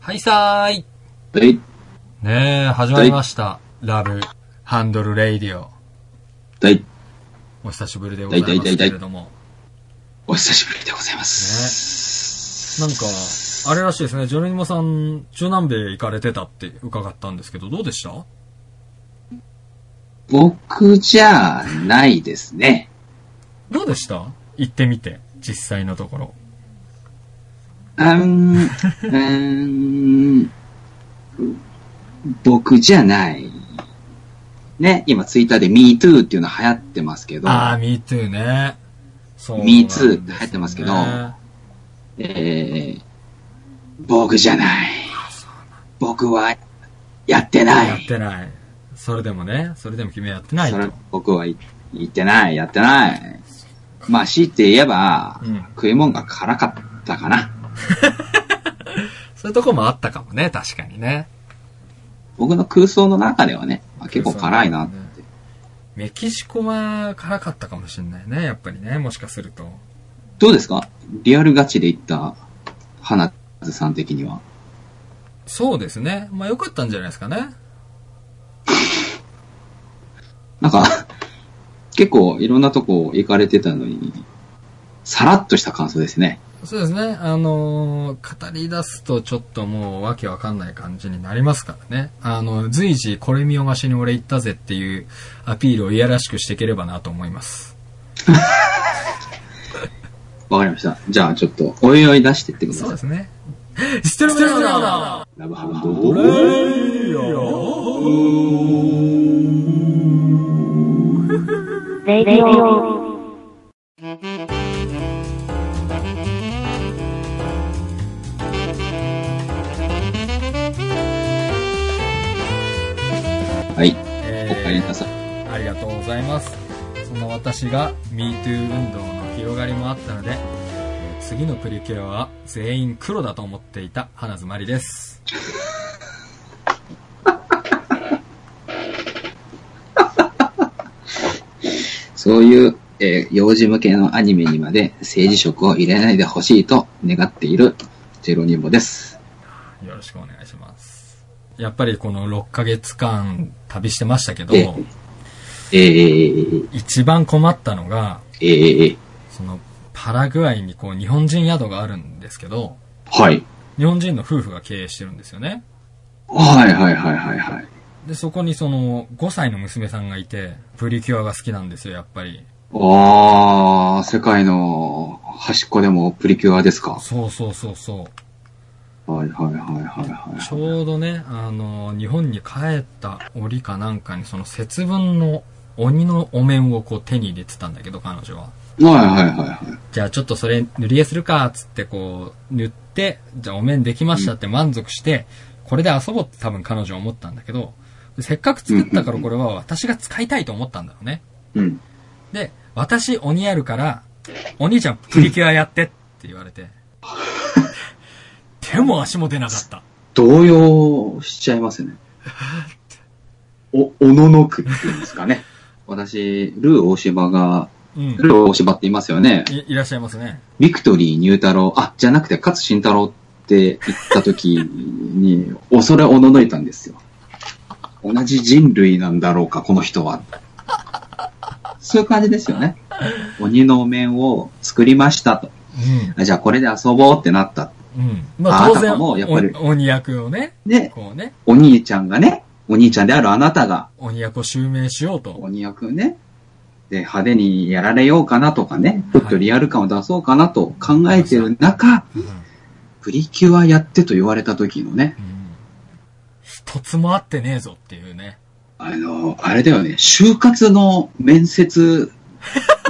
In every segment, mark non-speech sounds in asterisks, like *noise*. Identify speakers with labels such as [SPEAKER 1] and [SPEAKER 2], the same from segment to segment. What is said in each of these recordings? [SPEAKER 1] はいさーい。
[SPEAKER 2] はい、
[SPEAKER 1] ねえ、始まりました。ラブ、ハンドル、レイディオ。
[SPEAKER 2] はい、
[SPEAKER 1] お久しぶりでございますけれども。
[SPEAKER 2] お久しぶりでございます。
[SPEAKER 1] なんか、あれらしいですね、ジョニモさん、中南米行かれてたって伺ったんですけど、どうでした
[SPEAKER 2] 僕じゃないですね。
[SPEAKER 1] どうでした行ってみて、実際のところ。
[SPEAKER 2] うーん、
[SPEAKER 1] *laughs*
[SPEAKER 2] うーん、僕じゃない。ね、今ツイッターで MeToo っていうの流行ってますけど、
[SPEAKER 1] あー、Me Too ね。そうなんですよね。
[SPEAKER 2] Me Too って入ってますけどえー、僕じゃない。僕はやってな
[SPEAKER 1] やっ
[SPEAKER 2] い。
[SPEAKER 1] てない。それでもね、それでも君はやってない
[SPEAKER 2] それ
[SPEAKER 1] と。
[SPEAKER 2] 僕は言ってない、やってない。まあ、強いて言えば、
[SPEAKER 1] うん
[SPEAKER 2] 食い物が辛かったかな。
[SPEAKER 1] そういうとこもあったかもね、確かにね。
[SPEAKER 2] 僕の空想の中ではね、あ結構辛いなって。
[SPEAKER 1] メキシコは辛かったかもしれないね、やっぱりね、もしかすると。
[SPEAKER 2] どうですかリアルガチで行った、花津さん的には。
[SPEAKER 1] そうですね。まあ良かったんじゃないですかね。
[SPEAKER 2] なんか、 *laughs* 結構いろんなとこ行かれてたのに、さらっとした感想ですね。
[SPEAKER 1] そうですね。あのー語り出すとちょっともうわけわかんない感じになりますからね。あの、随時これ見逃しに俺行ったぜっていうアピールをいやらしくしていければなと思います。
[SPEAKER 2] わかりました。じゃあちょっと、おいおい出してってくだ
[SPEAKER 1] そうで
[SPEAKER 2] さい。
[SPEAKER 1] すね。ステルメだ
[SPEAKER 2] ラブハンド。
[SPEAKER 3] Radio.
[SPEAKER 2] はい、
[SPEAKER 1] え
[SPEAKER 2] お
[SPEAKER 1] ー
[SPEAKER 2] 帰りなさい。
[SPEAKER 1] ありがとうございます。そんな私が MeToo 運動の広がりもあったので、えー次のプリキュアは全員黒だと思っていた花妻まりです。
[SPEAKER 2] そういう、えー幼児向けのアニメにまで政治色を入れないでほしいと願っているジェロニモです。
[SPEAKER 1] よろしくお願いします。やっぱりこの6ヶ月間旅してましたけど
[SPEAKER 2] え、えー、
[SPEAKER 1] 一番困ったのが、
[SPEAKER 2] えー、
[SPEAKER 1] そのパラグアイにこう日本人宿があるんですけど、
[SPEAKER 2] はい。
[SPEAKER 1] 日本人の夫婦が経営してるんですよね。
[SPEAKER 2] はいはいはいはいはい。
[SPEAKER 1] で、そこにその5歳の娘さんがいて、プリキュアが好きなんですよ、やっぱり。
[SPEAKER 2] あー、世界の端っこでもプリキュアですか。
[SPEAKER 1] そうそうそうそう。
[SPEAKER 2] はいはいはいはいはい。
[SPEAKER 1] ちょうどね、あの、日本に帰った折かなんかに、その節分の鬼のお面をこう手に入れてたんだけど、彼女は。
[SPEAKER 2] はいはいはいはい。
[SPEAKER 1] じゃあちょっとそれ塗り絵するか、つってこう、塗って、じゃあお面できましたって満足して、これで遊ぼうって多分彼女は思ったんだけど、せっかく作ったからこれは私が使いたいと思ったんだろうね。
[SPEAKER 2] うん。
[SPEAKER 1] で、私鬼やるから、お兄ちゃんプリキュアやってって言われて。手も足も出なかった。
[SPEAKER 2] 動揺しちゃいます *laughs* ね。お、おののくっていうんですかね。私、ルー大柴が、
[SPEAKER 1] うん。
[SPEAKER 2] ルー大柴って言いますよね。
[SPEAKER 1] いいらっしゃいますね。
[SPEAKER 2] ビクトリーニュー太郎、あ、じゃなくて勝慎太郎って言った時に、恐れおののいたんですよ。同じ人類なんだろうか、この人は。そういう感じですよね。鬼の面を作りましたと。
[SPEAKER 1] うん。
[SPEAKER 2] あじゃあこれで遊ぼうってなった。
[SPEAKER 1] うん。まあ
[SPEAKER 2] あ
[SPEAKER 1] 当
[SPEAKER 2] あな
[SPEAKER 1] 然、
[SPEAKER 2] たもやっぱり
[SPEAKER 1] お鬼役をね、
[SPEAKER 2] で、
[SPEAKER 1] こうね、
[SPEAKER 2] お兄ちゃんがね、お兄ちゃんであるあなたが、
[SPEAKER 1] 鬼役を襲名しようと。
[SPEAKER 2] 鬼役ね、で、派手にやられようかなとかね、ちょっとリアル感を出そうかなと考えてる中、
[SPEAKER 1] うん
[SPEAKER 2] プリキュアやってと言われた時のね、
[SPEAKER 1] うん一つも合ってねえぞっていうね。
[SPEAKER 2] あの、あれだよね、就活の面接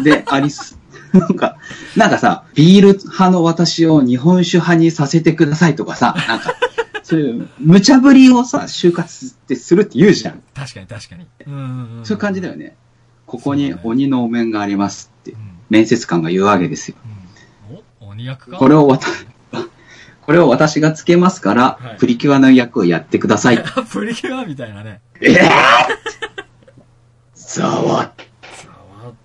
[SPEAKER 2] でありす、なんか、なんかさ、ビール派の私を日本酒派にさせてくださいとかさ、なんか、そういう無茶ぶりをさ、就活ってするって言うじゃん。
[SPEAKER 1] 確かに確かに。うん
[SPEAKER 2] そういう感じだ
[SPEAKER 1] よ。
[SPEAKER 2] よね。ここに鬼のお面がありますって
[SPEAKER 1] う、ん
[SPEAKER 2] 面接官が言うわけですよ。
[SPEAKER 1] うんお鬼役か
[SPEAKER 2] これをわた、 *laughs* これを私がつけますから、
[SPEAKER 1] はい
[SPEAKER 2] プリキュアの役をやってく
[SPEAKER 1] *laughs*
[SPEAKER 2] ださい。
[SPEAKER 1] *laughs* プリキュアみたいなね。
[SPEAKER 2] えぇざわっ
[SPEAKER 1] さあ、わかっ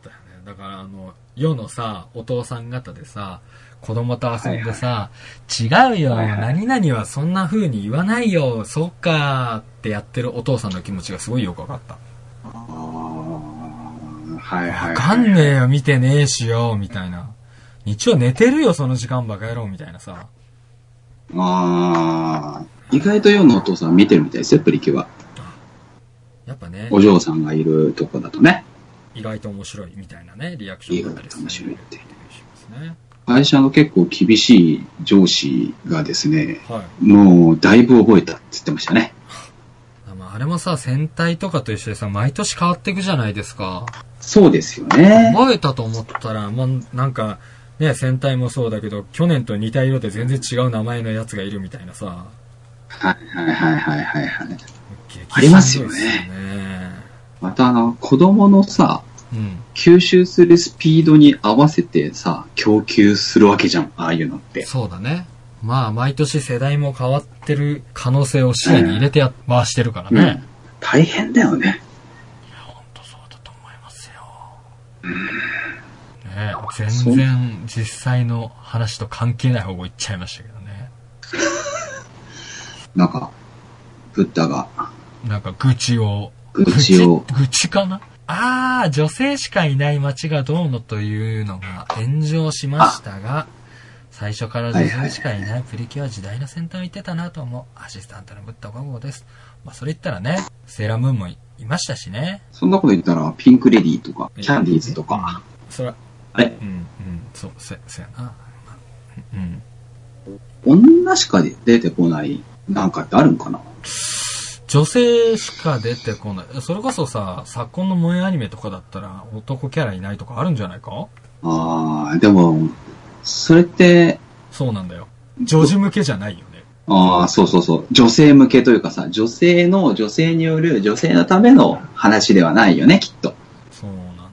[SPEAKER 1] たよね。だからあの、世のさ、お父さん方でさ、子供と遊んでさ、違うよ、
[SPEAKER 2] はいは
[SPEAKER 1] 何々はそんな風に言わないよ、そっかーってやってるお父さんの気持ちがすごいよくわかった。
[SPEAKER 2] あーはいはい。
[SPEAKER 1] わかんねえよ、見てねえしよ、みたいな。日曜寝てるよ、その時間バカ野郎、みたいなさ。
[SPEAKER 2] あー意外と世のお父さん見てるみたいですよ、プリキュア。
[SPEAKER 1] やっぱね、
[SPEAKER 2] お嬢さんがいるとこだとね。
[SPEAKER 1] 意外と面白いみたいなね、リアクションだったりする。
[SPEAKER 2] 意外と面白いって
[SPEAKER 1] しますね。
[SPEAKER 2] 会社の結構厳しい上司がですね、
[SPEAKER 1] はい。
[SPEAKER 2] もうだいぶ覚えたって言ってましたね。
[SPEAKER 1] あまああれもさ、戦隊とかと一緒でさ、毎年変わっていくじゃないですか。
[SPEAKER 2] そうですよね。
[SPEAKER 1] 覚えたと思ったら、もうなんか、ね、戦隊もそうだけど、去年と似た色で全然違う名前のやつがいるみたいなさ。
[SPEAKER 2] はいはいはいはいはいはい。
[SPEAKER 1] 激
[SPEAKER 2] ありますよね
[SPEAKER 1] しんどいっすよね
[SPEAKER 2] またあの、子供のさ、
[SPEAKER 1] うん。
[SPEAKER 2] 吸収するスピードに合わせてさ、供給するわけじゃん、ああいうのって。
[SPEAKER 1] そうだね。まあ、毎年世代も変わってる可能性を視野に入れてや回してるからね。
[SPEAKER 2] うん大変だよね。
[SPEAKER 1] 本当そうだと思いますよ。ねえ全然実際の話と関係ない方向行っちゃいましたけどね。
[SPEAKER 2] なんか、ブッダが、
[SPEAKER 1] なんか愚痴を。
[SPEAKER 2] 愚痴を
[SPEAKER 1] 愚痴かなああ、女性しかいない街がどうのというのが炎上しましたが、最初から女性しかいないプリキュア時代の先端を言ってたなと思う。アシスタントのブッダ5号です。まあ、それ言ったらね、セーラームーンもいいましたしね。
[SPEAKER 2] そんなこと言ったら、ピンクレディーとか、キャンディーズとか、
[SPEAKER 1] そら、
[SPEAKER 2] あれ
[SPEAKER 1] うん、うん、そう、せ、せやな。うん。
[SPEAKER 2] 女しか出てこない、なんかってあるんかな
[SPEAKER 1] 女性しか出てこない。それこそさ、昨今の萌えアニメとかだったら男キャラいないとかあるんじゃないか
[SPEAKER 2] あー、でも、それって、
[SPEAKER 1] そうなんだよ。女児向けじゃないよね。
[SPEAKER 2] ああ、そうそうそう。女性向けというかさ、女性の、女性による、女性のための話ではないよね、きっと。
[SPEAKER 1] そうなんだよ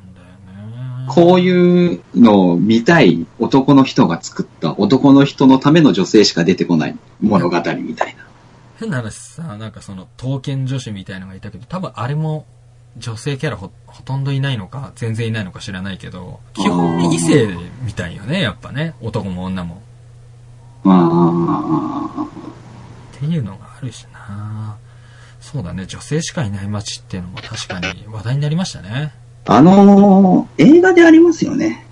[SPEAKER 1] ね。
[SPEAKER 2] こういうのを見たい男の人が作った、男の人のための女性しか出てこない物語みたいな。
[SPEAKER 1] 変な話さ、なんかその、刀剣女子みたいのがいたけど、多分あれも、女性キャラほ、ほとんどいないのか、全然いないのか知らないけど、基本に異性みたいよね、やっぱね。男も女も。
[SPEAKER 2] あ
[SPEAKER 1] っていうのがあるしなそうだね、女性しかいない街っていうのも確かに話題になりましたね。
[SPEAKER 2] あ、あのー映画でありますよね。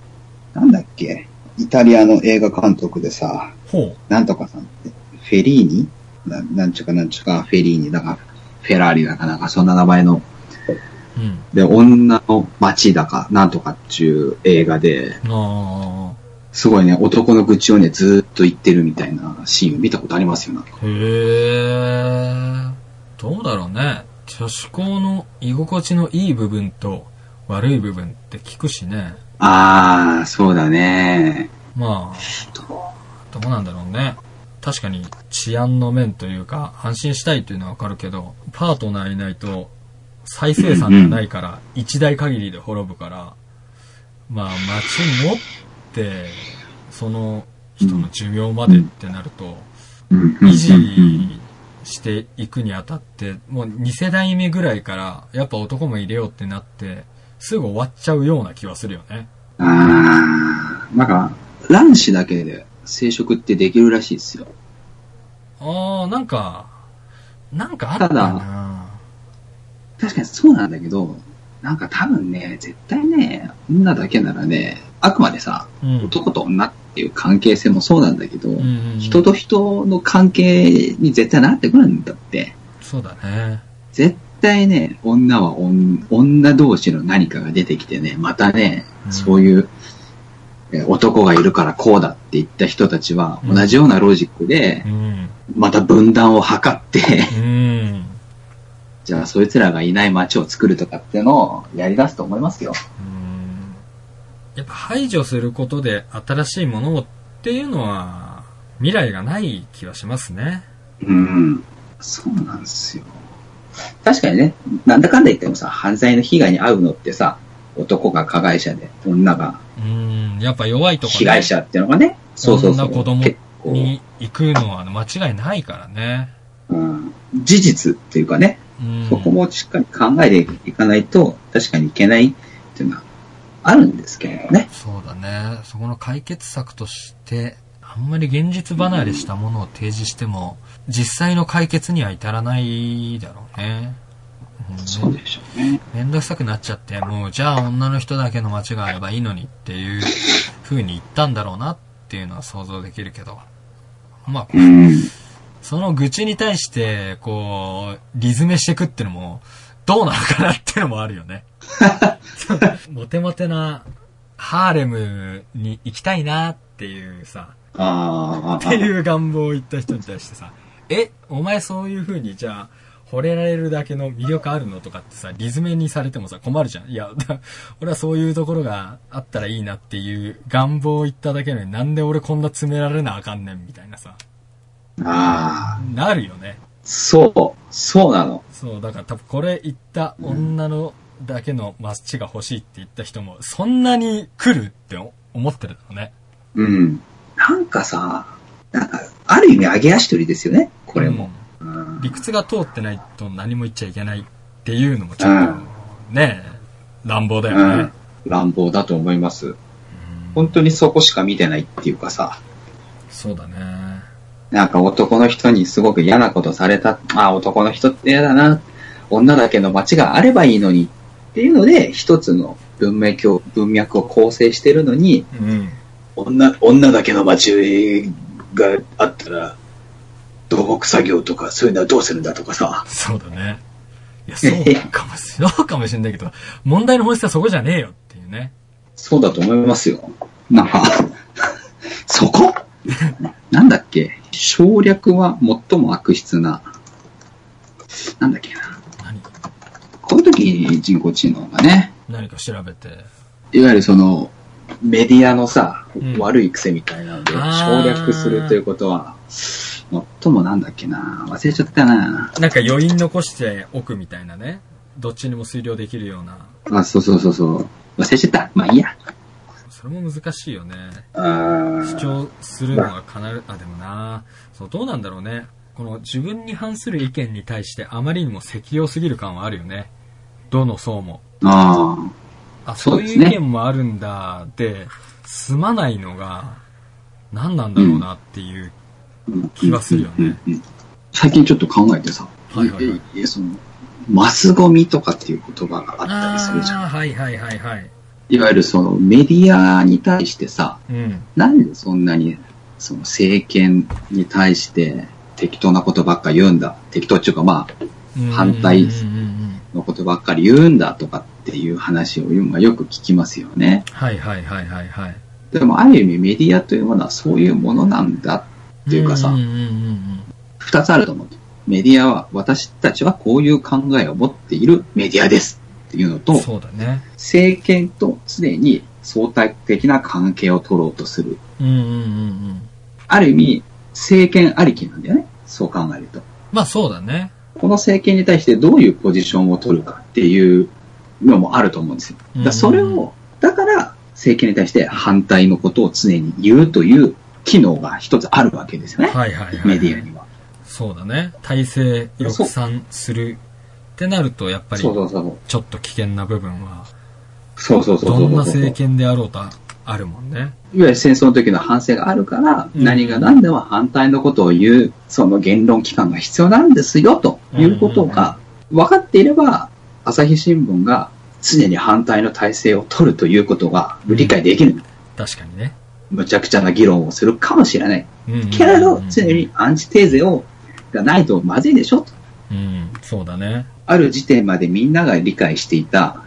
[SPEAKER 2] なんだっけ。イタリアの映画監督でさ、
[SPEAKER 1] ほう。
[SPEAKER 2] なんとかさんって、フェリーニななんちゅうかなんちゅうか、フェリーニだか、フェラーリだかなんか、そんな名前の
[SPEAKER 1] うん。
[SPEAKER 2] で、女の街だか、なんとかっていう映画で、
[SPEAKER 1] あ
[SPEAKER 2] すごいね、男の愚痴をね、ずーっと言ってるみたいなシーン見たことありますよ、なんか。
[SPEAKER 1] あ。へえ。どうだろうね。女子校の居心地のいい部分と悪い部分って聞くしね。
[SPEAKER 2] あー、そうだね。
[SPEAKER 1] まあ、どうなんだろうね。確かに治安の面というか、安心したいというのはわかるけど、パートナーいないと、再生産がないから、一代限りで滅ぶから、まあ、町持って、その人の寿命までってなると、
[SPEAKER 2] うん、うん、
[SPEAKER 1] 維
[SPEAKER 2] うん。
[SPEAKER 1] 持していくにあたって、もう2世代目ぐらいから、やっぱ男も入れようってなって、すぐ終わっちゃうような気はするよね。
[SPEAKER 2] あー、なんか、卵子だけで生殖ってできるらしいですよ。
[SPEAKER 1] ああ、なんか、なんかあった
[SPEAKER 2] ただ
[SPEAKER 1] な。
[SPEAKER 2] 確かにそうなんだけど、なんか多分ね、絶対ね、女だけならね、あくまでさ、
[SPEAKER 1] うん
[SPEAKER 2] 男と女っていう関係性もそうなんだけど、
[SPEAKER 1] うんうんうん
[SPEAKER 2] 人と人の関係に絶対なってくるんだって。
[SPEAKER 1] そうだね。
[SPEAKER 2] 絶対ね、女は女女同士の何かが出てきてね、またね、
[SPEAKER 1] うん
[SPEAKER 2] そういう、えー男がいるからこうだって言った人たちは、
[SPEAKER 1] うん
[SPEAKER 2] 同じようなロジックで
[SPEAKER 1] う、ん。
[SPEAKER 2] また分断を図って、 *laughs*
[SPEAKER 1] うん。
[SPEAKER 2] じゃあそいつらがいない街を作るとかってのをやり出すと思いますよ。
[SPEAKER 1] うんやっぱ排除することで新しいものをっていうのは、未来がない気はしますね。
[SPEAKER 2] うん。そうなんですよ。確かにね、なんだかんだ言ってもさ、犯罪の被害に遭うのってさ、男が加害者で、女が
[SPEAKER 1] うん。やっぱ弱いとこ
[SPEAKER 2] 被害者っていうのがね、そうそうそう。
[SPEAKER 1] 女子供
[SPEAKER 2] 結構
[SPEAKER 1] に行くのは間違いないからね。
[SPEAKER 2] うん事実っていうかね、
[SPEAKER 1] うん。
[SPEAKER 2] そこもしっかり考えていかないと、確かにいけないっていうのはあるんですけれどね。
[SPEAKER 1] そうだね。そこの解決策として、あんまり現実離れしたものを提示しても、実際の解決には至らないだろうね。うん
[SPEAKER 2] そうでしょうね。
[SPEAKER 1] めんどくさくなっちゃって、もう、じゃあ女の人だけの街があればいいのにっていう風に言ったんだろうなっていうのは想像できるけど。まあ、
[SPEAKER 2] うん。
[SPEAKER 1] その愚痴に対して、こう、リズメしてくってのも、どうなのかなってのもあるよね。モテモテな、ハーレムに行きたいなっていうさ、
[SPEAKER 2] あ
[SPEAKER 1] って
[SPEAKER 2] あ、
[SPEAKER 1] いう願望を言った人に対してさ、え、お前そういう風にじゃあ、惚れられるだけの魅力あるのとかってさ、リズメにされてもさ、困るじゃん。いや、 *laughs* だ俺はそういうところがあったらいいなっていう願望を言っただけなのになんで俺こんな詰められなあかんねんみたいなさ、
[SPEAKER 2] ああ、
[SPEAKER 1] なるよね。
[SPEAKER 2] そう、そうなの。
[SPEAKER 1] そう、だから多分これ言った女のだけのマッチが欲しいって言った人も、そんなに来るって思ってるだろうね。
[SPEAKER 2] うん。なんかさ、なんか、ある意味上げ足取りですよね、これも。
[SPEAKER 1] う
[SPEAKER 2] うん
[SPEAKER 1] ん。理屈が通ってないと何も言っちゃいけないっていうのもちょっと、ねえ、乱暴だ
[SPEAKER 2] う
[SPEAKER 1] よね
[SPEAKER 2] ん。。乱暴だと思います。本当にそこしか見てないっていうかさ、
[SPEAKER 1] そうだね。
[SPEAKER 2] なんか男の人にすごく嫌なことされた、ああ、男の人って嫌だな、女だけの街があればいいのにっていうので、一つの文脈を、文脈を構成してるのに、
[SPEAKER 1] うん。
[SPEAKER 2] 女、女だけの街があったら、土木作業とかそういうのはどうするんだとかさ、
[SPEAKER 1] そうだね。いや、そうかもしれ、 *laughs* そうかもしれないけど、問題の本質はそこじゃねえよっていうね。
[SPEAKER 2] そうだと思いますよ。なんか、 *laughs* そこなんだっけ省略は最も悪質な、なんだっけな。
[SPEAKER 1] 何
[SPEAKER 2] こういう時に人工知能がね、
[SPEAKER 1] 何か調べて。
[SPEAKER 2] いわゆるその、メディアのさ、
[SPEAKER 1] うん
[SPEAKER 2] 悪い癖みたいなので、
[SPEAKER 1] あー
[SPEAKER 2] 省略するということは、最もなんだっけな忘れちゃったな
[SPEAKER 1] なんか余韻残しておくみたいなね。どっちにも推量できるような。
[SPEAKER 2] あ、そうそうそうそう。忘れちゃった。まあいいや。
[SPEAKER 1] それも難しいよね。
[SPEAKER 2] あー
[SPEAKER 1] 主張するのは必ず、あ、でもなそう、どうなんだろうね。この自分に反する意見に対してあまりにも適用すぎる感はあるよね。どの層も。
[SPEAKER 2] あー。
[SPEAKER 1] あ、
[SPEAKER 2] そ
[SPEAKER 1] そううい
[SPEAKER 2] です
[SPEAKER 1] う
[SPEAKER 2] ね
[SPEAKER 1] 意見もあるんだ、で、済まないのが、何なんだろうなっていう。気はするよね
[SPEAKER 2] うん。うん最近ちょっと考えてさ、
[SPEAKER 1] はいはいはい
[SPEAKER 2] ええその、マスゴミとかっていう言葉があったりするじゃん。
[SPEAKER 1] あーはいはいはいはい。
[SPEAKER 2] いわゆるそのメディアに対してさ、
[SPEAKER 1] うん。
[SPEAKER 2] なんでそんなにその政権に対して適当なことばっか言うんだ、適当っていうかまあ、反対
[SPEAKER 1] うんうんうんうん。
[SPEAKER 2] のことばっかり言うんだとかっていう話を今よく聞きますよね。
[SPEAKER 1] はいはいはいはいはい。
[SPEAKER 2] でもある意味メディアというものはそういうものなんだっていうかさ、
[SPEAKER 1] んうんうん
[SPEAKER 2] 二つあると思う。メディアは、私たちはこういう考えを持っているメディアですっていうの
[SPEAKER 1] うん。
[SPEAKER 2] と、
[SPEAKER 1] そうだね。
[SPEAKER 2] 政権と常に相対的な関係を取ろうとする。
[SPEAKER 1] うんうんうんうん。
[SPEAKER 2] ある意味、政権ありきなんだよね。そう考えると。
[SPEAKER 1] まあそうだね。
[SPEAKER 2] この政権に対してどういうポジションを取るかっていうのもあると思うんですよ。だからそれ
[SPEAKER 1] うんうん
[SPEAKER 2] を、だから政権に対して反対のことを常に言うという機能が一つあるわけですよね。
[SPEAKER 1] はいはいはいはい。
[SPEAKER 2] メディアには。
[SPEAKER 1] そうだね。体制抑散するってなると、やっぱり、ち
[SPEAKER 2] そうそ
[SPEAKER 1] ょ
[SPEAKER 2] うそう。
[SPEAKER 1] っと危険な部分は、
[SPEAKER 2] そうそうそうそうそ
[SPEAKER 1] ど
[SPEAKER 2] う
[SPEAKER 1] んな政権であろうとあるもんね。
[SPEAKER 2] いわゆる戦争の時の反省があるから、
[SPEAKER 1] うん
[SPEAKER 2] 何が何でも反対のことを言う、その言論機関が必要なんですよ、ということが分かっていれば、朝日新聞が常に反対の体制を取るということが理解できる。
[SPEAKER 1] 確かにね。
[SPEAKER 2] むちゃくちゃな議論をするかもしれない。
[SPEAKER 1] うんうんうんうん
[SPEAKER 2] けれど、常にアンチテーゼを、がないとまずいでしょ、と。
[SPEAKER 1] うん、そうだね。
[SPEAKER 2] ある時点までみんなが理解していた、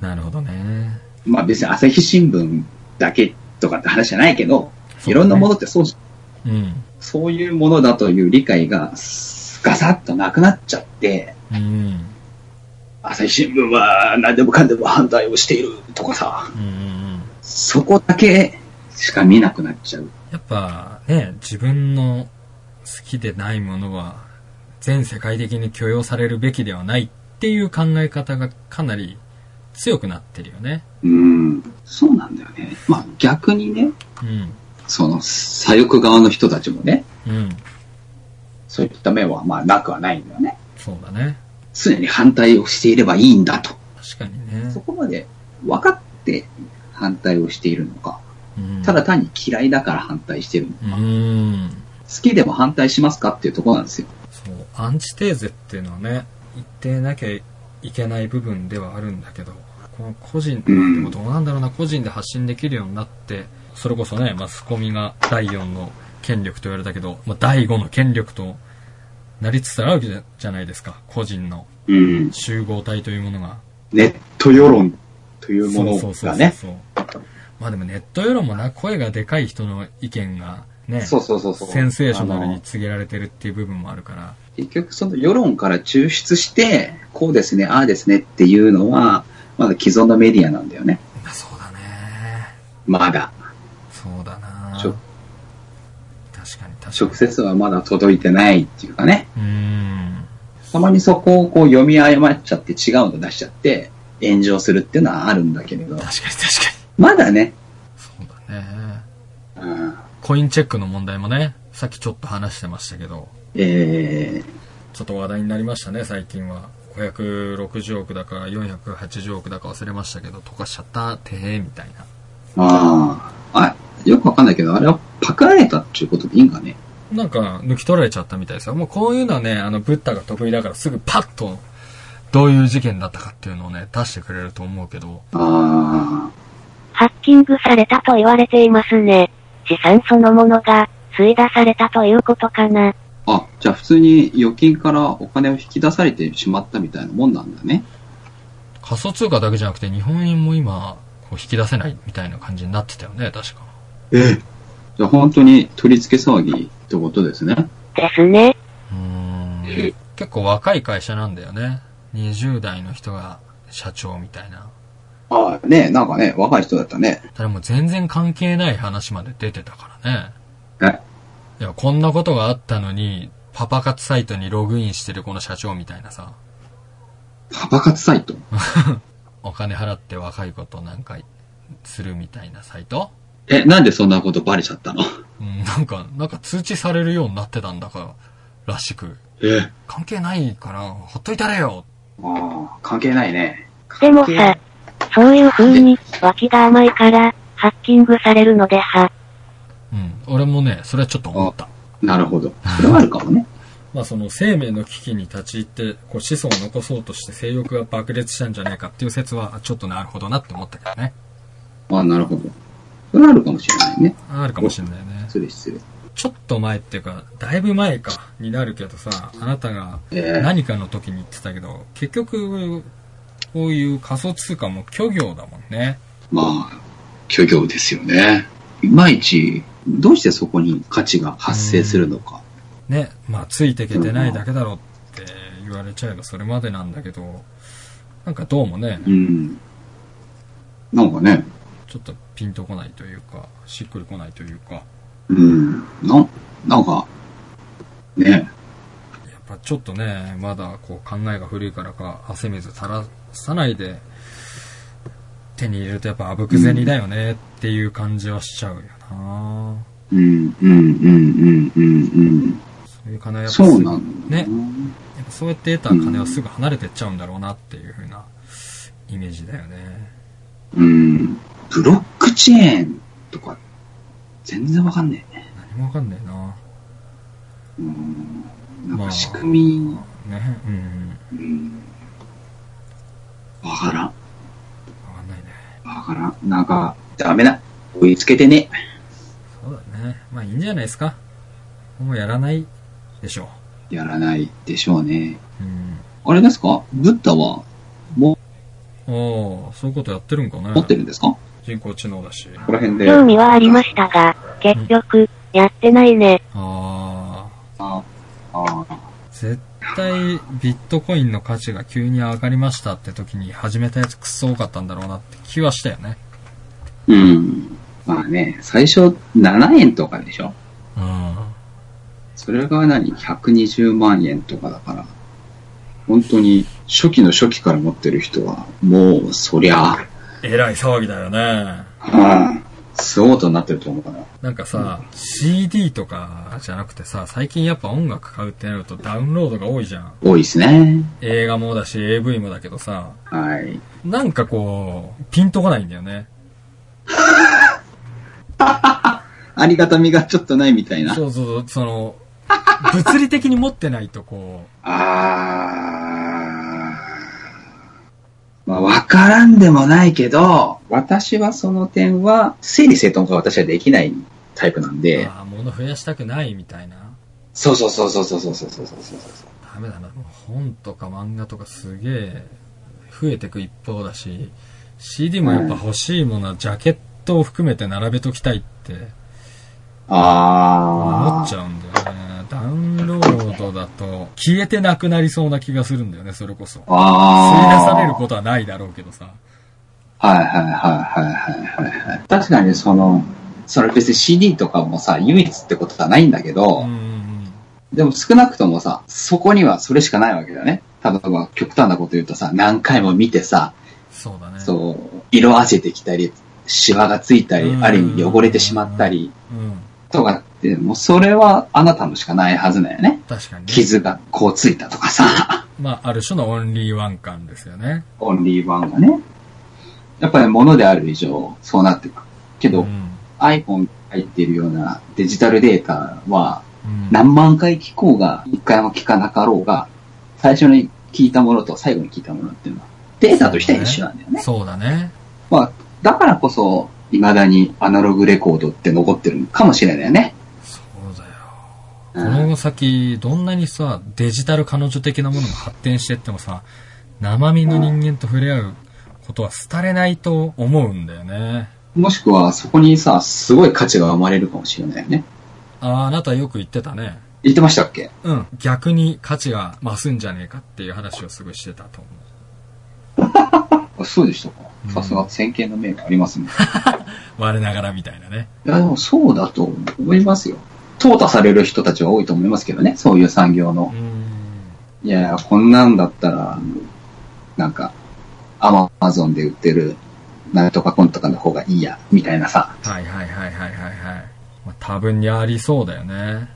[SPEAKER 1] なるほどね。
[SPEAKER 2] まあ別に朝日新聞だけとかって話じゃないけど、
[SPEAKER 1] そうだね
[SPEAKER 2] いろんなものってそうじゃん
[SPEAKER 1] うん。
[SPEAKER 2] そういうものだという理解がガサッとなくなっちゃって、
[SPEAKER 1] うん。
[SPEAKER 2] 朝日新聞は何でもかんでも反対をしているとかさ、
[SPEAKER 1] うんうんうん。
[SPEAKER 2] そこだけしか見なくなっちゃう。
[SPEAKER 1] やっぱ、ね、自分の好きでないものは、全世界的に許容されるべきではないっていう考え方がかなり強くなってるよね。
[SPEAKER 2] うん。そうなんだよね。まあ逆にね、
[SPEAKER 1] うん。
[SPEAKER 2] その左翼側の人たちもね、
[SPEAKER 1] うん。
[SPEAKER 2] そういった面はまあなくはないんだよね。
[SPEAKER 1] そうだね。
[SPEAKER 2] 常に反対をしていればいいんだと。
[SPEAKER 1] 確かにね
[SPEAKER 2] そ。こまで分かって反対をしているのか、
[SPEAKER 1] うん
[SPEAKER 2] ただ、単に嫌いだから反対してるのか
[SPEAKER 1] う、ーん。
[SPEAKER 2] 好きでも反対しますかっていうところなんですよ。
[SPEAKER 1] そう、アンチテーゼっていうのはね、言ってなきゃいけない部分ではあるんだけど、この個人、で
[SPEAKER 2] うん
[SPEAKER 1] もどうなんだろうな、個人で発信できるようになって、それこそね、マスコミが第4の権力と言われたけど、まあ、第5の権力となりつつあるわけじゃじゃないですか、個人の
[SPEAKER 2] うん。
[SPEAKER 1] 集合体というものが。
[SPEAKER 2] ネット世論というもの
[SPEAKER 1] そうそう
[SPEAKER 2] が
[SPEAKER 1] そう
[SPEAKER 2] ね。
[SPEAKER 1] そう。まあでもネット世論もな、声がでかい人の意見がね、
[SPEAKER 2] そうそうそうそう。
[SPEAKER 1] センセーショナル
[SPEAKER 2] あ
[SPEAKER 1] に
[SPEAKER 2] の
[SPEAKER 1] 告げられてるっていう部分もあるから。
[SPEAKER 2] 結局その世論から抽出して、こうですね、ああですねっていうのは、まだ既存のメディアなんだよね。
[SPEAKER 1] まあそうだね。
[SPEAKER 2] まだ。
[SPEAKER 1] そうだな
[SPEAKER 2] ちょ
[SPEAKER 1] 確かに確かに。
[SPEAKER 2] 直接はまだ届いてないっていうかね。
[SPEAKER 1] うーん。
[SPEAKER 2] たまにそこをこう読み誤っちゃって違うの出しちゃって、炎上するっていうのはあるんだけれど
[SPEAKER 1] 確かに確。か
[SPEAKER 2] まだね、
[SPEAKER 1] に。そうだね。
[SPEAKER 2] うん、
[SPEAKER 1] コインチェックの問題もね、さっきちょっと話してましたけど、
[SPEAKER 2] え
[SPEAKER 1] ちょっと話題になりましたね、最近は。560億だか480億だか忘れましたけど、溶かしちゃったてーみたいな。
[SPEAKER 2] ー、まあ、あ、よくわかんないけど、あれはパクられたっていうことでいいんかね。
[SPEAKER 1] なんか、抜き取られちゃったみたいですよ。もうこういうのはね、あの、ブッダが得意だからすぐパッと、どういう事件だったかっていうのをね、出してくれると思うけど、
[SPEAKER 2] あ
[SPEAKER 3] ハッキングされたと言われていますね。資産そのものが、吸い出されたということかな。
[SPEAKER 2] あ、あ、じゃあ普通に預金からお金を引き出されてしまったみたいなもんなんだね。
[SPEAKER 1] 仮想通貨だけじゃなくて日本円も今、こう引き出せないみたいな感じになってたよね、確か。
[SPEAKER 2] ええ。じゃあ本当に取り付け騒ぎってことですね。
[SPEAKER 3] ですね。
[SPEAKER 1] うーん。結構若い会社なんだよね。20代の人が社長みたいな。
[SPEAKER 2] ああ、ねえ、なんかね、若い人だったね。
[SPEAKER 1] ただもう全然関係ない話まで出てたからね。
[SPEAKER 2] え
[SPEAKER 1] いや、こんなことがあったのに、パパ活サイトにログインしてるこの社長みたいなさ、
[SPEAKER 2] パパ活サイト
[SPEAKER 1] お金払って若いことなんかするみたいなサイト
[SPEAKER 2] え、なんでそんなことバレちゃったの
[SPEAKER 1] うん、なんか、なんか通知されるようになってたんだから、らしく。
[SPEAKER 2] ええ。
[SPEAKER 1] 関係ないから、ほっといたれよ
[SPEAKER 2] ああ、関係ないね。
[SPEAKER 3] でも
[SPEAKER 2] 関係
[SPEAKER 3] さ、そういう風に、脇が甘いから、ハッキングされるのでは。
[SPEAKER 1] うん、俺もね、それはちょっと思った。
[SPEAKER 2] なるほど。それはあるかもね。
[SPEAKER 1] まあその生命の危機に立ち入って、こう子孫を残そうとして性欲が爆裂したんじゃないかっていう説は、ちょっとなるほどなって思ったけどね。
[SPEAKER 2] あなるほど。それはあるかもしれないね。
[SPEAKER 1] あるかもしれないね。
[SPEAKER 2] 失礼失礼。
[SPEAKER 1] ちょっと前っていうか、だいぶ前か、になるけどさ、あなたが
[SPEAKER 2] ええ
[SPEAKER 1] 何かの時に言ってたけど、結局、こういう仮想通貨も虚業だもんね。
[SPEAKER 2] まあ、虚業ですよね。いまいち、どうしてそこに価値が発生するのか。
[SPEAKER 1] ね、まあついてけてないだけだろって言われちゃえばそれまでなんだけど、なんかどうもね、
[SPEAKER 2] うん。なんかね、
[SPEAKER 1] ちょっとピンとこないというか、しっくりこないというか、
[SPEAKER 2] うん。な、なんか、ね、
[SPEAKER 1] やっぱちょっとね、まだこう考えが古いからか、汗水垂らさないで、手に入れるとやっぱあぶく銭だよねっていう感じはしちゃうよな、
[SPEAKER 2] うん、うん、うん、うん、うん、
[SPEAKER 1] そういう金はや
[SPEAKER 2] うん。
[SPEAKER 1] っぱす
[SPEAKER 2] そ
[SPEAKER 1] ぐ
[SPEAKER 2] うなんだ
[SPEAKER 1] ね
[SPEAKER 2] よ。ね。
[SPEAKER 1] やっぱそうやって得た金はすぐ離れてっちゃうんだろうなっていう風なイメージだよね。
[SPEAKER 2] うん。ブロックチェーンとか、全然わかんないね。
[SPEAKER 1] 何もわかんないな
[SPEAKER 2] うん。なんか仕組み、
[SPEAKER 1] ね、うん。
[SPEAKER 2] うん。わからん。
[SPEAKER 1] わかんないね。
[SPEAKER 2] わからん。なんか、ダメだ。追いつけてね。
[SPEAKER 1] そうだね。まあいいんじゃないですか。もうやらないでしょ
[SPEAKER 2] やらないでしょうね。
[SPEAKER 1] う。うん。
[SPEAKER 2] あれですかブッダは、も、
[SPEAKER 1] ああ、そういうことやってるんかね。
[SPEAKER 2] 持ってるんですかこ
[SPEAKER 1] 人工知能だし。
[SPEAKER 2] こら辺で。
[SPEAKER 3] 興味はありましたが、結局、やってないね。
[SPEAKER 1] ああ、
[SPEAKER 2] あああ
[SPEAKER 1] 絶対ビットコインの価値が急に上がりましたって時に始めたやつクソ多かったんだろうなって気はしたよね。
[SPEAKER 2] うん。まあね、最初7円とかでしょ
[SPEAKER 1] うん。
[SPEAKER 2] それが何 ?120 万円とかだから。本当に、初期の初期から持ってる人は、もう、そりゃ、
[SPEAKER 1] えらい騒ぎだよね。
[SPEAKER 2] うん、すごいことになってると思うから。
[SPEAKER 1] なんかさ、CD とかじゃなくてさ、最近やっぱ音楽買うってなるとダウンロードが多いじゃん。
[SPEAKER 2] 多いですね。
[SPEAKER 1] 映画もだし、AV もだけどさ、
[SPEAKER 2] はい。
[SPEAKER 1] なんかこう、ピンとこないんだよね。
[SPEAKER 2] ありがたみがちょっとないみたいな。
[SPEAKER 1] そうそうそう、その、物理的に持ってないとこ
[SPEAKER 2] あー。まあ、わからんでもないけど、私はその点は、整理整頓が私はできないタイプなん
[SPEAKER 1] う、
[SPEAKER 2] で、
[SPEAKER 1] ああ、物増やしたくないみたいな。
[SPEAKER 2] そうそうそうそうそうそうそうそうそうそう。
[SPEAKER 1] ダメだな。もう本とか漫画とかすげえ増えてく一方だし、CD もやっぱ欲しいものはジャケットを含めて並べときたいって思
[SPEAKER 2] あ
[SPEAKER 1] っち
[SPEAKER 2] ー。
[SPEAKER 1] ゃうんだよね。ダウンロードだと消えてなくなりそうな気がするんだよね、それこそ。吸い
[SPEAKER 2] あ
[SPEAKER 1] 出
[SPEAKER 2] ー。
[SPEAKER 1] されることはないだろうけどさ。
[SPEAKER 2] はいはいはいはいはいはい。確かにその、それ別に CD とかもさ、唯一ってことはないんだけ
[SPEAKER 1] うん
[SPEAKER 2] ど、
[SPEAKER 1] うんうん。
[SPEAKER 2] でも少なくともさ、そこにはそれしかないわけだよね。例えば極端なこと言うとさ、何回も見てさ、
[SPEAKER 1] そうだね。
[SPEAKER 2] そう、色あせてきたり、シワがついたり
[SPEAKER 1] う、ん
[SPEAKER 2] ある意味汚れてしまったり
[SPEAKER 1] うん。
[SPEAKER 2] とかって、もうそれはあなたのしかないはずだよね。
[SPEAKER 1] 確かにね。
[SPEAKER 2] 傷がこうついたとかさ、
[SPEAKER 1] まあ、ある種のオンリーワン感ですよね。
[SPEAKER 2] オンリーワンがね。やっぱり物である以上、そうなってくる。けど、
[SPEAKER 1] うん。
[SPEAKER 2] iPhone に入っているようなデジタルデータは
[SPEAKER 1] うん
[SPEAKER 2] 何万回聞こうが、一回も聞かなかろうが、最初に聞いたものと最後に聞いたものっていうのは、データとしては一緒なんだよね。
[SPEAKER 1] そうだね。
[SPEAKER 2] まあ、だからこそ、未だにアナログレコードって残ってるのかもしれないよね。
[SPEAKER 1] そうだよ。こ
[SPEAKER 2] うん
[SPEAKER 1] の先、どんなにさ、デジタル彼女的なものが発展してってもさ、生身の人間と触れ合うことは廃れないと思うんだよね。
[SPEAKER 2] もしくは、そこにさ、すごい価値が生まれるかもしれないよね。
[SPEAKER 1] あーあなたよく言ってたね。
[SPEAKER 2] 言ってましたっけ
[SPEAKER 1] うん。逆に価値が増すんじゃねえかっていう話をすごいしてたと思
[SPEAKER 2] あそうでしたか
[SPEAKER 1] うん。
[SPEAKER 2] さすが先見の明がありますね。
[SPEAKER 1] う。我ながらみたいなね。
[SPEAKER 2] いや、でもそうだと思いますよ。淘汰される人たちは多いと思いますけどね、そういう産業の。
[SPEAKER 1] うーん。
[SPEAKER 2] いやいや、こんなんだったら、なんか、アマゾンで売ってる、なんとかコンとかの方がいいや、みたいなさ、
[SPEAKER 1] はいはいはいはいはいはい。まあ、多分にありそうだよね。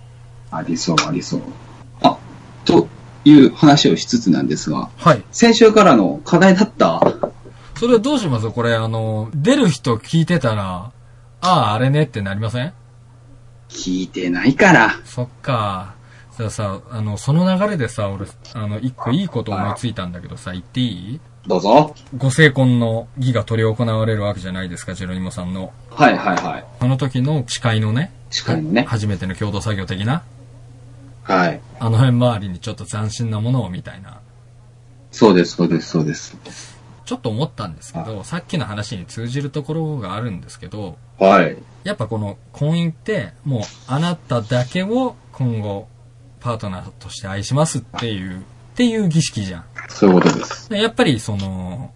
[SPEAKER 2] ありそう、ありそう。あ、という話をしつつなんですが、
[SPEAKER 1] はい。
[SPEAKER 2] 先週からの課題だった
[SPEAKER 1] それどうしますこれ、あの、出る人聞いてたら、ああ、あれねってなりません
[SPEAKER 2] 聞いてないから。
[SPEAKER 1] そっか。じゃあさ、あの、その流れでさ、俺、あの、一個いいこと思いついたんだけどさ、言っていい
[SPEAKER 2] どうぞ。
[SPEAKER 1] ご成婚の儀が執り行われるわけじゃないですか、ジェロニモさんの。
[SPEAKER 2] はいはいはい。
[SPEAKER 1] その時の司会のね、
[SPEAKER 2] 司会のね。
[SPEAKER 1] 初めての共同作業的な、
[SPEAKER 2] はい。
[SPEAKER 1] あの辺周りにちょっと斬新なものをみたいな。
[SPEAKER 2] そうです、そうです、そうです。
[SPEAKER 1] ちょっと思ったんですけど、さっきの話に通じるところがあるんですけど、
[SPEAKER 2] はい。
[SPEAKER 1] やっぱこの婚姻って、もうあなただけを今後、パートナーとして愛しますっていう、っていう儀式じゃん。
[SPEAKER 2] そういうことです。
[SPEAKER 1] でやっぱりその、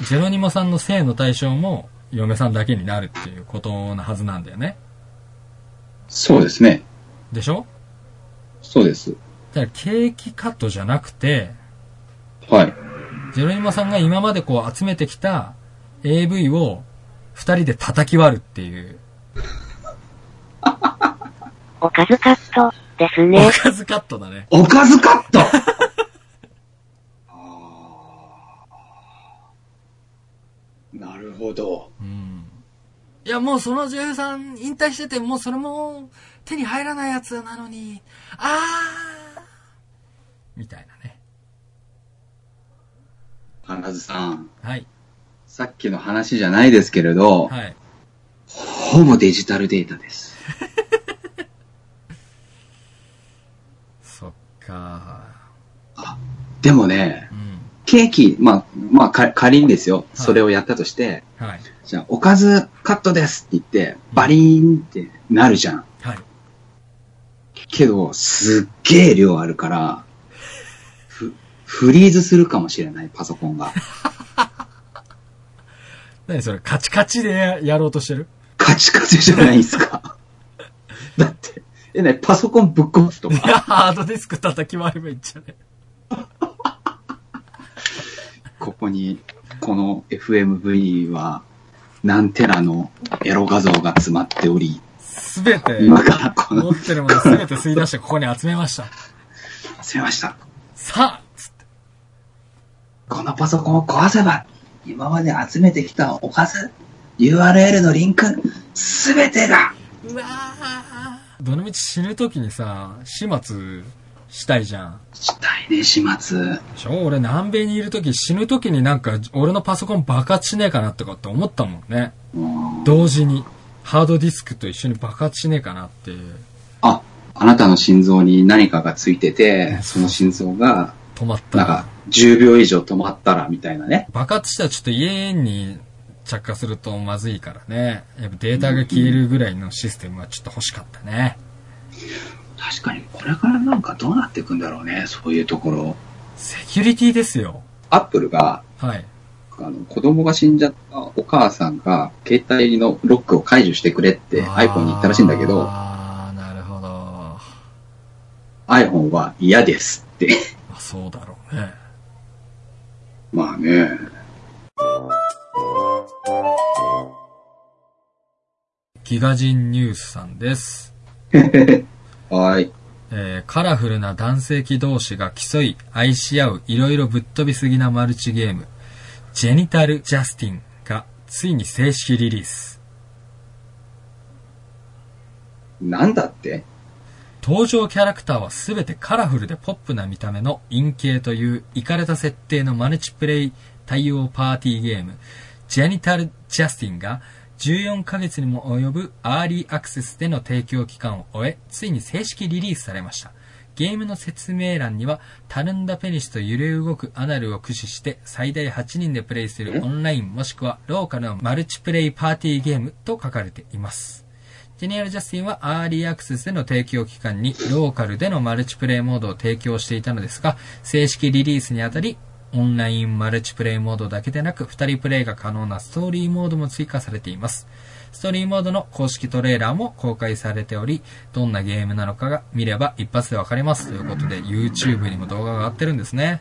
[SPEAKER 1] ジェロニモさんの性の対象も嫁さんだけになるっていうことなはずなんだよね。
[SPEAKER 2] そうですね。
[SPEAKER 1] でしょ
[SPEAKER 2] そうです。
[SPEAKER 1] だからケーキカットじゃなくて、
[SPEAKER 2] はい。
[SPEAKER 1] ジェロニモさんが今までこう集めてきた AV を二人で叩き割るっていう、
[SPEAKER 3] おかずカット、です
[SPEAKER 1] お
[SPEAKER 3] ね。
[SPEAKER 1] かずカットだね。
[SPEAKER 2] おかずカット *laughs* なるほど。
[SPEAKER 1] うん。いやもうその女優さん引退してて、もうそれも手に入らないやつなのに、あーみたいなね。
[SPEAKER 2] 花津さん、
[SPEAKER 1] はい。
[SPEAKER 2] さっきの話じゃないですけれど、
[SPEAKER 1] はい。
[SPEAKER 2] ほぼデジタルデータです。
[SPEAKER 1] そっか
[SPEAKER 2] でもね、
[SPEAKER 1] うん。
[SPEAKER 2] ケーキ、まあ、まあ、か仮にですよ、それをやったとして、
[SPEAKER 1] はい。
[SPEAKER 2] じゃあ、おかずカットですって言って、バリーンってなるじゃん。
[SPEAKER 1] はい。
[SPEAKER 2] けど、すっげえ量あるから、ふ、フリーズするかもしれない、パソコンが。
[SPEAKER 1] 何それ、カチカチでややろうとしてる
[SPEAKER 2] カチカチじゃないですか。だって、え、ね、パソコンぶっ壊すと
[SPEAKER 1] い
[SPEAKER 2] か。
[SPEAKER 1] や、ハードディスク叩き割ればいいんじゃね
[SPEAKER 2] ここに、この FMV は、何テラのエロ画像が詰まっており、
[SPEAKER 1] すべて、
[SPEAKER 2] 今からこ
[SPEAKER 1] 持
[SPEAKER 2] の、
[SPEAKER 1] ってるものすべて吸い出してここに集めました。
[SPEAKER 2] 集めました。
[SPEAKER 1] さあつって
[SPEAKER 2] このパソコンを壊せば、今まで集めてきたおかず、URL のリンク、すべてが、
[SPEAKER 1] うわーどのみち死ぬ時にさ、始末したいじゃん。
[SPEAKER 2] したいね、始末。
[SPEAKER 1] でしょ俺南米にいる時死ぬ時になんか俺のパソコン爆発しねえかなとかって思ったもんね。
[SPEAKER 2] うん
[SPEAKER 1] 同時にハードディスクと一緒に爆発しねえかなっていう
[SPEAKER 2] あ、あなたの心臓に何かがついてて、その心臓が、
[SPEAKER 1] 止まった
[SPEAKER 2] なんか、10秒以上止まったら、みたいなね。
[SPEAKER 1] 爆発したらちょっと家に着火するとまずいからねやっぱデータが消えるぐらいのシステムはちょっと欲しかったね
[SPEAKER 2] 確かに、これからなんかどうなっていくんだろうね、そういうところ。
[SPEAKER 1] セキュリティですよ
[SPEAKER 2] アップルが、
[SPEAKER 1] はい
[SPEAKER 2] あの、子供が死んじゃったお母さんが、携帯のロックを解除してくれって
[SPEAKER 1] あー
[SPEAKER 2] iPhone に言ったらしいんだけど、
[SPEAKER 1] ああなるほどま
[SPEAKER 2] iPhone は嫌ですって。 *laughs*
[SPEAKER 1] あそうだろうね
[SPEAKER 2] まあね。
[SPEAKER 1] ギガジンニュースさんです
[SPEAKER 2] はい。
[SPEAKER 1] えーカラフルな男性器同士が競い、愛し合う、いろいろぶっ飛びすぎなマルチゲーム、ジェニタル・ジャスティンが、ついに正式リリース。
[SPEAKER 2] なんだって
[SPEAKER 1] 登場キャラクターはすべてカラフルでポップな見た目の陰形という、イカれた設定のマルチプレイ対応パーティーゲーム、ジェニタル・ジャスティンが、14ヶ月にも及ぶアーリーアクセスでの提供期間を終え、ついに正式リリースされました。ゲームの説明欄には、たるんだペニスと揺れ動くアナルを駆使して、最大8人でプレイするオンラインもしくはローカルのマルチプレイパーティーゲームと書かれています。ジェニアル・ジャスティンはアーリーアクセスでの提供期間にローカルでのマルチプレイモードを提供していたのですが、正式リリースにあたり、オンラインマルチプレイモードだけでなく、2人プレイが可能なストーリーモードも追加されています。ストーリーモードの公式トレーラーも公開されており、どんなゲームなのかが見れば一発でわかります。ということで、YouTube にも動画が上がってるんですね。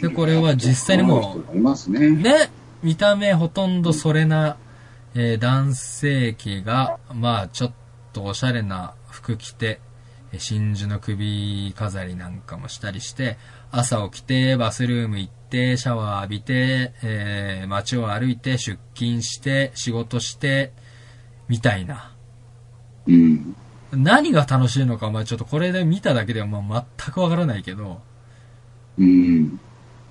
[SPEAKER 1] で、これは実際にもう、
[SPEAKER 2] いますね。
[SPEAKER 1] ね、見た目ほとんどそれな、えー男性器が、まあちょっとおしゃれな服着て、えー真珠の首飾りなんかもしたりして、朝起きて、バスルーム行って、シャワー浴びて、えー街を歩いて、出勤して、仕事して、みたいな。
[SPEAKER 2] うん。
[SPEAKER 1] 何が楽しいのか、まあちょっとこれで見ただけではまあ全くわからないけど、
[SPEAKER 2] うん。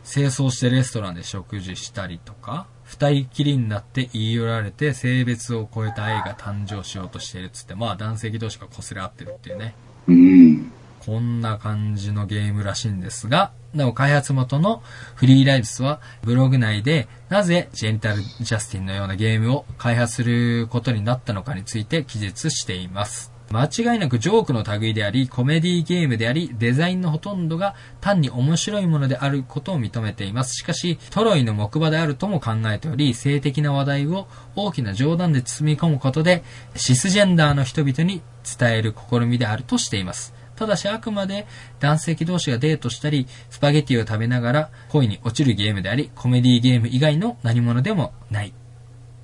[SPEAKER 1] 清掃してレストランで食事したりとか、二人きりになって言い寄られて性別を超えた愛が誕生しようとしているっつって、まあ男性同士が擦れ合ってるっていうね。
[SPEAKER 2] うん。
[SPEAKER 1] こんな感じのゲームらしいんですが、なお開発元のフリーライブスはブログ内でなぜジェンタル・ジャスティンのようなゲームを開発することになったのかについて記述しています。間違いなくジョークの類であり、コメディゲームであり、デザインのほとんどが単に面白いものであることを認めています。しかし、トロイの木馬であるとも考えており、性的な話題を大きな冗談で包み込むことで、シスジェンダーの人々に伝える試みであるとしています。ただしあくまで男性同士がデートしたり、スパゲティを食べながら恋に落ちるゲームであり、コメディゲーム以外の何者でもない。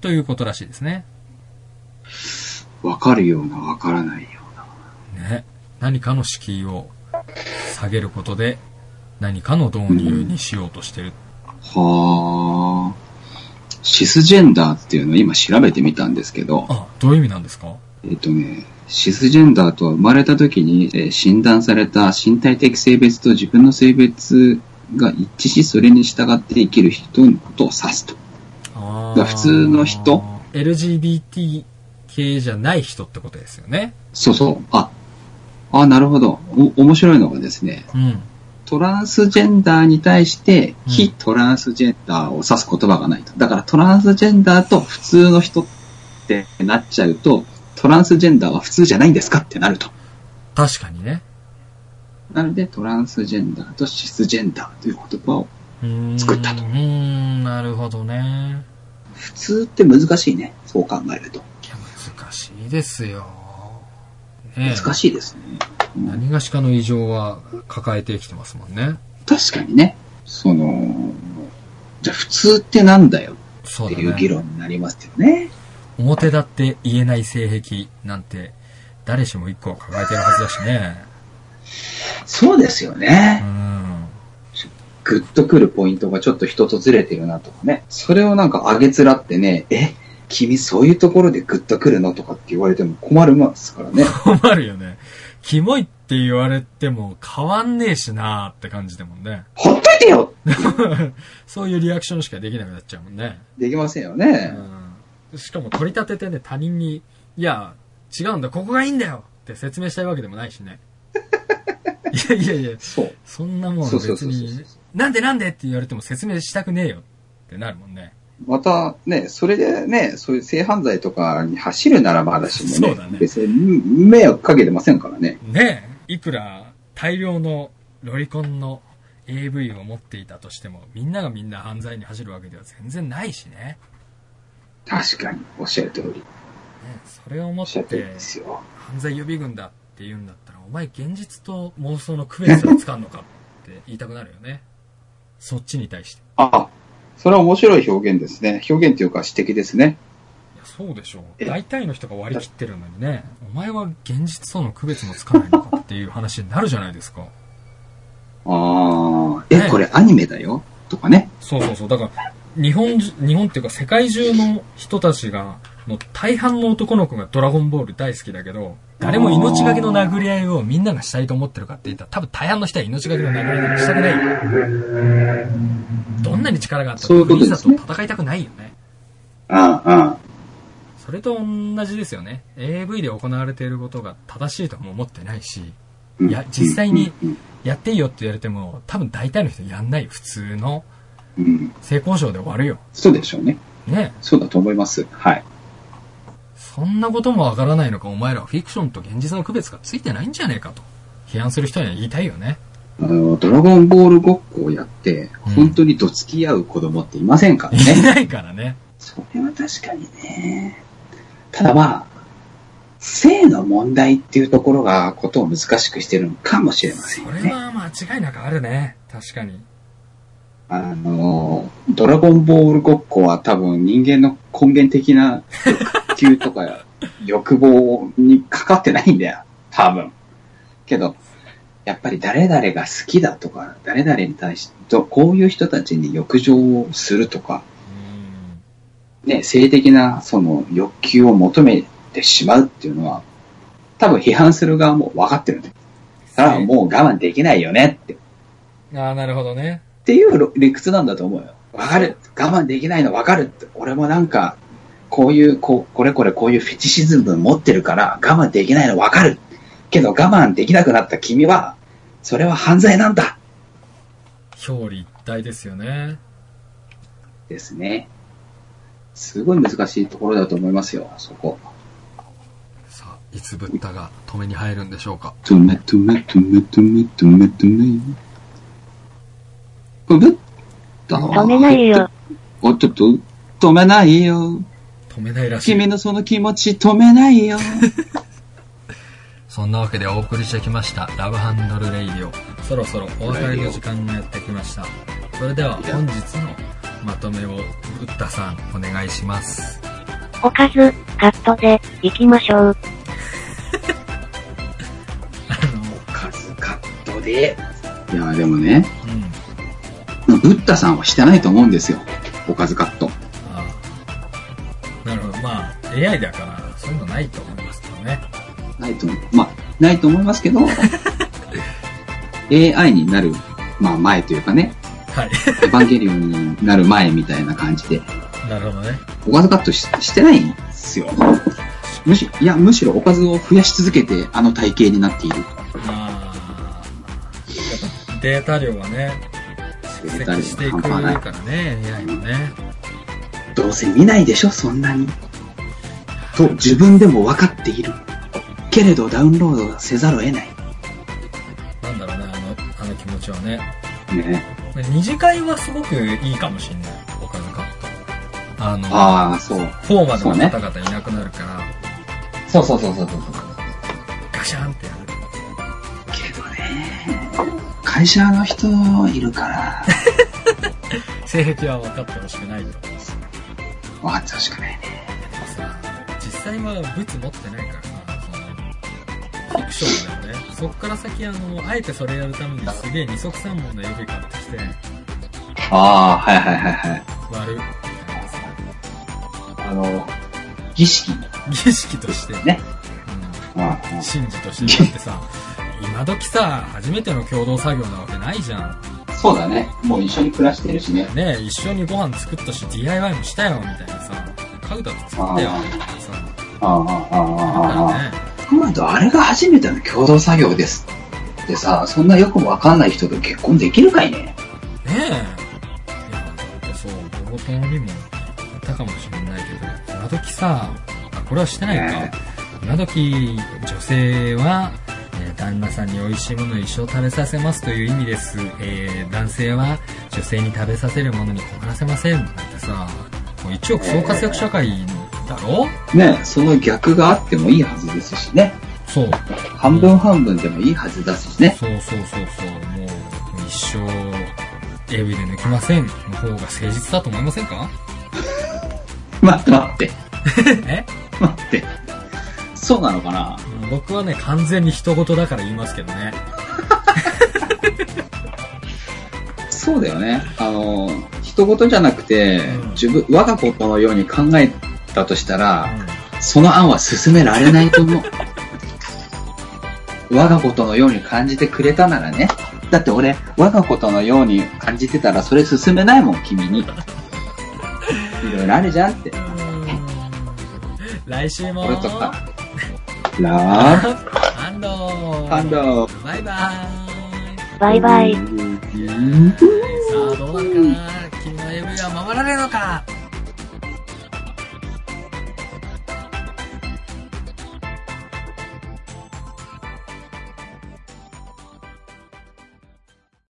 [SPEAKER 1] ということらしいですね。
[SPEAKER 2] わかるような、わからないような。
[SPEAKER 1] ね。何かの敷居を下げることで、何かの導入にしようとしてる。
[SPEAKER 2] はあ。シスジェンダーっていうのを今調べてみたんですけど、
[SPEAKER 1] あ、どういう意味なんですか
[SPEAKER 2] えっとね、シスジェンダーとは生まれた時に、えー診断された身体的性別と自分の性別が一致し、それに従って生きる人のことを指すと。
[SPEAKER 1] あ
[SPEAKER 2] ー普通の人
[SPEAKER 1] ?LGBT 系じゃない人ってことですよね。
[SPEAKER 2] そうそう。あ、あ、なるほど。お、面白いのがですね、
[SPEAKER 1] うん。
[SPEAKER 2] トランスジェンダーに対して、
[SPEAKER 1] うん
[SPEAKER 2] 非トランスジェンダーを指す言葉がないと。だからトランスジェンダーと普通の人ってなっちゃうと、トランスジェンダーは普通じゃないんですかってなると。
[SPEAKER 1] 確かにね。
[SPEAKER 2] なので、トランスジェンダーとシスジェンダーという言葉を
[SPEAKER 1] うーん
[SPEAKER 2] 作ったと
[SPEAKER 1] うーん、なるほどね。
[SPEAKER 2] 普通って難しいね。そう考えると。
[SPEAKER 1] いや、難しいですよ。ねえ
[SPEAKER 2] 難しいですね。うん
[SPEAKER 1] 何がしかの異常は抱えてきてますもんね。
[SPEAKER 2] 確かにね。その、じゃあ普通ってなんだよ
[SPEAKER 1] そ
[SPEAKER 2] っ
[SPEAKER 1] う
[SPEAKER 2] て
[SPEAKER 1] だ
[SPEAKER 2] いう議
[SPEAKER 1] ね。
[SPEAKER 2] 論になりますよね。
[SPEAKER 1] 表立って言えない性癖なんて、誰しも一個は抱えてるはずだしね。
[SPEAKER 2] そうですよ
[SPEAKER 1] う
[SPEAKER 2] ね。
[SPEAKER 1] ん。
[SPEAKER 2] グッとくるポイントがちょっと人とずれてるなとかね。それをなんか上げつらってね、え、君そういうところでグッとくるのとかって言われても困るもんですからね。
[SPEAKER 1] 困るよね。キモいって言われても変わんねえしなーって感じだもんね。
[SPEAKER 2] ほっといてよ
[SPEAKER 1] そういうリアクションしかできなくなっちゃうもんね。
[SPEAKER 2] できませんよ
[SPEAKER 1] う
[SPEAKER 2] ね。
[SPEAKER 1] ん。しかも取り立ててね、他人に、いや、違うんだ、ここがいいんだよって説明したいわけでもないし
[SPEAKER 2] *laughs*
[SPEAKER 1] ね。いやいやいや、
[SPEAKER 2] そう。
[SPEAKER 1] そんなもん
[SPEAKER 2] そうそう
[SPEAKER 1] 別
[SPEAKER 2] そうそう
[SPEAKER 1] に、なんでなんでって言われても説明したくねえよってなるもんね。
[SPEAKER 2] またね、それでね、そういう性犯罪とかに走るならばだしも
[SPEAKER 1] そう
[SPEAKER 2] ね、
[SPEAKER 1] だね
[SPEAKER 2] 別に迷惑かけてませんからね。
[SPEAKER 1] ねえ、いくら大量のロリコンの AV を持っていたとしても、みんながみんな犯罪に走るわけでは全然ないしね。
[SPEAKER 2] 確かに、おっしゃる通り。
[SPEAKER 1] ねそれを持
[SPEAKER 2] おっ
[SPEAKER 1] っ
[SPEAKER 2] しゃる通り
[SPEAKER 1] て
[SPEAKER 2] ですよ。
[SPEAKER 1] 犯罪予備軍だって言うんだったら、お前現実と妄想の区別がつかんのかって言いたくなるよね。そっちに対して。
[SPEAKER 2] あ、それは面白い表現ですね。表現というか指摘ですね。
[SPEAKER 1] いや、そうでしょう。
[SPEAKER 2] え
[SPEAKER 1] 大体の人が割り切ってるのにね、お前は現実との区別もつかないのかっていう話になるじゃないですか。
[SPEAKER 2] ああ、え、
[SPEAKER 1] ね
[SPEAKER 2] これアニメだよとかね。
[SPEAKER 1] そうそうそう。だから、日本じ、日本っていうか世界中の人たちが、もう大半の男の子がドラゴンボール大好きだけど、誰も命がけの殴り合いをみんながしたいと思ってるかって言ったら、多分大半の人は命がけの殴り合いなんかしたくないよ。どんなに力があったって
[SPEAKER 2] そういうこと
[SPEAKER 1] い
[SPEAKER 2] です
[SPEAKER 1] ざ
[SPEAKER 2] ね
[SPEAKER 1] と戦いたくないよね。
[SPEAKER 2] ああ、あ
[SPEAKER 1] それと同じですよね。AV で行われていることが正しいとも思ってないし、
[SPEAKER 2] あ。
[SPEAKER 1] いや実際に
[SPEAKER 2] うん、
[SPEAKER 1] やっていいよって言われても、多分大体の人やんない普通の
[SPEAKER 2] うんうん
[SPEAKER 1] 性交渉で終わるよ。
[SPEAKER 2] そうでしょうね。
[SPEAKER 1] ねえ
[SPEAKER 2] そうだと思います。はい。
[SPEAKER 1] そんなこともわからないのか、お前らはフィクションと現実の区別がついてないんじゃねえかと、批判する人には言いたいよね。
[SPEAKER 2] あの、ドラゴンボールごっこをやって、
[SPEAKER 1] うん
[SPEAKER 2] 本当にどつき合う子供っていませんからね。
[SPEAKER 1] いないから *laughs* ね。
[SPEAKER 2] それは確かにね。ただまあ、性の問題っていうところがことを難しくしてるのかもしれません
[SPEAKER 1] そ
[SPEAKER 2] よ
[SPEAKER 1] れ
[SPEAKER 2] ね。
[SPEAKER 1] は間違いなくあるね。確かに。
[SPEAKER 2] あの、ドラゴンボールごっこは多分人間の根源的な欲求とか欲望にかかってないんだよ。多分。けど、やっぱり誰々が好きだとか、誰々に対して、どこういう人たちに欲情をするとか、
[SPEAKER 1] うん。
[SPEAKER 2] ね、性的なその欲求を求めてしまうっていうのは、多分批判する側も分かってるんだよ。それはもう我慢できないよねって。っ
[SPEAKER 1] ああ、なるほどね。
[SPEAKER 2] ていう理屈なんだと思うよ。分かる。我慢できないの分かるって。俺もなんか、こういう、こう、これこれこういうフェチシズム持ってるから我慢できないの分かる。けど我慢できなくなった君は、それは犯罪なんだ。
[SPEAKER 1] 表裏一体ですよね。
[SPEAKER 2] ですね。すごい難しいところだと思いますよ、そこ。
[SPEAKER 1] さあ、いつブッダが止めに入るんでしょうか。
[SPEAKER 2] トゥメトゥメトゥメトゥメトゥメトゥメ。これ、ブッダは
[SPEAKER 3] 止めないよ。
[SPEAKER 2] お、ちょっと、止めないよ。
[SPEAKER 1] 止めないらしい
[SPEAKER 2] 君。のその気持ち止めないよ。
[SPEAKER 1] そんなわけでお送りしてきました、ラブハンドルレイディオ。そろそろお別れの時間がやってきました。それでは本日のまとめを、ブッダさん、お願いします。
[SPEAKER 3] おかず、カットで、行きましょう。
[SPEAKER 2] 数カットで。いや、でもね、
[SPEAKER 1] うん。
[SPEAKER 2] ブッダさんはしてないと思うんですよ。おかずカット。
[SPEAKER 1] ああなるほど。まあ、AI だから、そういうのないと思いますけどね。
[SPEAKER 2] ないと思う。まあ、ないと思いますけど、AI になる、まあ前というかね、
[SPEAKER 1] はい。
[SPEAKER 2] エヴァンゲリオンになる前みたいな感じで、
[SPEAKER 1] *laughs* なるほどね。
[SPEAKER 2] おかずカットししてないんですよ。むしいや、むしろおかずを増やし続けて、あの体型になっている。
[SPEAKER 1] ああ。やっぱデータ量はね、蓄
[SPEAKER 2] データ量
[SPEAKER 1] 積していく
[SPEAKER 2] 半
[SPEAKER 1] か
[SPEAKER 2] 端ない
[SPEAKER 1] らね、AI もね。
[SPEAKER 2] どうせ見ないでしょ、そんなに。と、自分でも分かっている。けれど、ダウンロードせざるを得ない。
[SPEAKER 1] なんだろうね、あの、あの気持ちはね。
[SPEAKER 2] ね。
[SPEAKER 1] 二次会はすごくいいかもしんない。おかずカット。あの、
[SPEAKER 2] ああ、そう。
[SPEAKER 1] フォーマルな方々いなくなるから、
[SPEAKER 2] そうそうそうそうそう。
[SPEAKER 1] ガシャンってやる。
[SPEAKER 2] けどね、会社の人いるから、 *laughs*
[SPEAKER 1] 性癖は分かってほしくないと。
[SPEAKER 2] 分かってほしくないね。
[SPEAKER 1] さ実際はブツ持ってないからなそのフィクションだよねそっから先あのあえてそれやるためにすげえ二足三本の指買ってきて
[SPEAKER 2] ああ、はいはいはいはい。
[SPEAKER 1] 割るみたいなさ
[SPEAKER 2] あの、儀式。
[SPEAKER 1] 儀式として
[SPEAKER 2] ね
[SPEAKER 1] う
[SPEAKER 2] うんうん
[SPEAKER 1] ん、神事としてだってさ今時さ初めての共同作業なわけないじゃん
[SPEAKER 2] そうだね。もう一緒に暮らしてるしね。
[SPEAKER 1] ねえ一緒にご飯作ったし DIY もしたよみたいなさ家具だって作ったよみたいなさ
[SPEAKER 2] ああ、ああ、
[SPEAKER 1] だ
[SPEAKER 2] ああ、あ
[SPEAKER 1] か
[SPEAKER 2] あ。
[SPEAKER 1] らね
[SPEAKER 2] 今とあれが初めての共同作業です。でさ、そんなよくわかんない人と結婚できるかいね。
[SPEAKER 1] ねえいやだってそう僕の隣にも言ったかもしれないけど今時さあこれはしてない
[SPEAKER 2] ね
[SPEAKER 1] か今時女性は、えー旦那さんに美味しいものを一生食べさせますという意味です、えー男性は女性に食べさせるものに困らせませんなんてさもう一億総活躍社会だろ
[SPEAKER 2] ねその逆があってもいいはずですしね。
[SPEAKER 1] そう
[SPEAKER 2] 半分半分でもいいはずだしね。
[SPEAKER 1] そうそうそうそうもう一生エビで抜きませんの方が誠実だと思いませんか
[SPEAKER 2] 待って待って、
[SPEAKER 1] え
[SPEAKER 2] 待って。そうなのかな
[SPEAKER 1] 僕はね完全に人事だから言いますけどね
[SPEAKER 2] そうだよね。あの、人事じゃなくて
[SPEAKER 1] うん、
[SPEAKER 2] 自分、我がことのように考えたとしたら、その案は進められないと思う。 *laughs* 我がことのように感じてくれたならね。だって俺、我がことのように感じてたら、それ進めないもん、君に。いろいろあるじゃん
[SPEAKER 3] *laughs*
[SPEAKER 2] って。
[SPEAKER 1] 来週も
[SPEAKER 2] 俺とか。ラー
[SPEAKER 1] アンド
[SPEAKER 2] ハンド
[SPEAKER 1] バイバーイ
[SPEAKER 3] バイバイ。
[SPEAKER 2] うん
[SPEAKER 1] さあどうなるかな